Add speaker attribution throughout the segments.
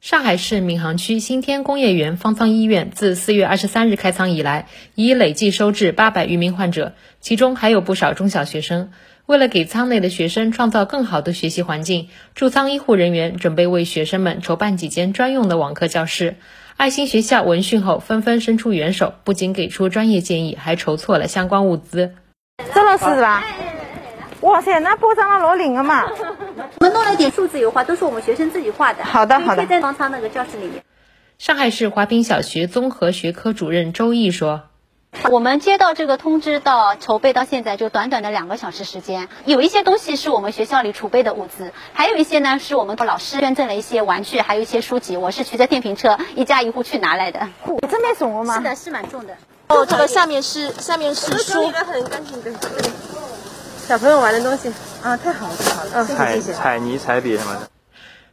Speaker 1: 上海市闵行区新天工业园方舱医院自四月二十三日开仓以来，已累计收治八百余名患者，其中还有不少中小学生。为了给舱内的学生创造更好的学习环境，驻仓医护人员准备为学生们筹办几间专用的网课教室。爱心学校闻讯后纷纷伸出援手，不仅给出专业建议，还筹措了相关物资。
Speaker 2: 周老师是吧？
Speaker 3: 哎
Speaker 2: 哇塞，那包装了老灵的嘛！
Speaker 4: 我们弄了一点数字油画，都是我们学生自己画的。
Speaker 2: 好的好的
Speaker 4: 可以在方舱那个教室里面。
Speaker 1: 上海市华坪小学综合学科主任周毅说。
Speaker 4: 我们接到这个通知到筹备到现在就短短的两个小时时间，有一些东西是我们学校里储备的物资，还有一些呢是我们老师捐赠了一些玩具，还有一些书籍，我是骑着电瓶车一家一户去拿来的。
Speaker 2: 这蛮重的嘛。
Speaker 4: 是的，是蛮重的。
Speaker 3: 哦，这个下面是下面是书，
Speaker 2: 小朋友玩的东西啊，太好了，太好了，嗯，
Speaker 5: 彩
Speaker 2: 谢谢谢谢。
Speaker 5: 彩泥、彩笔什么的。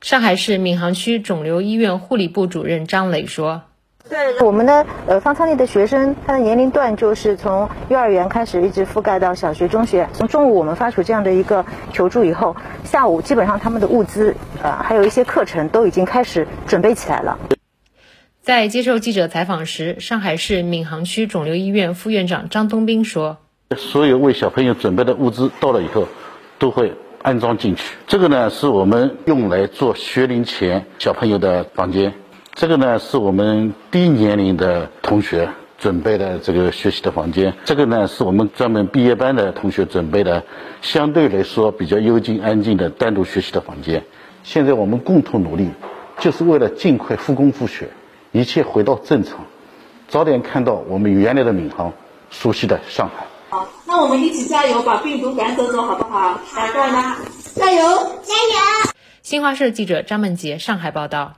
Speaker 1: 上海市闵行区肿瘤医院护理部主任张磊说。
Speaker 2: 对，
Speaker 6: 我们的呃方舱内的学生，他的年龄段就是从幼儿园开始，一直覆盖到小学、中学。从中午我们发出这样的一个求助以后，下午基本上他们的物资，呃，还有一些课程都已经开始准备起来了。
Speaker 1: 在接受记者采访时，上海市闵行区肿瘤医院副院长张东斌说。
Speaker 7: 所有为小朋友准备的物资到了以后，都会安装进去。这个呢，是我们用来做学龄前小朋友的房间。这个呢，是我们低年龄的同学准备的这个学习的房间。这个呢，是我们专门毕业班的同学准备的，相对来说比较幽静安静的单独学习的房间。现在我们共同努力，就是为了尽快复工复学，一切回到正常，早点看到我们原来的闵行，熟悉的上海。
Speaker 8: 好，那我们一起加油，把病毒赶走走，好不好？大家呢？加油，加
Speaker 1: 油！新华社记者张梦杰上海报道。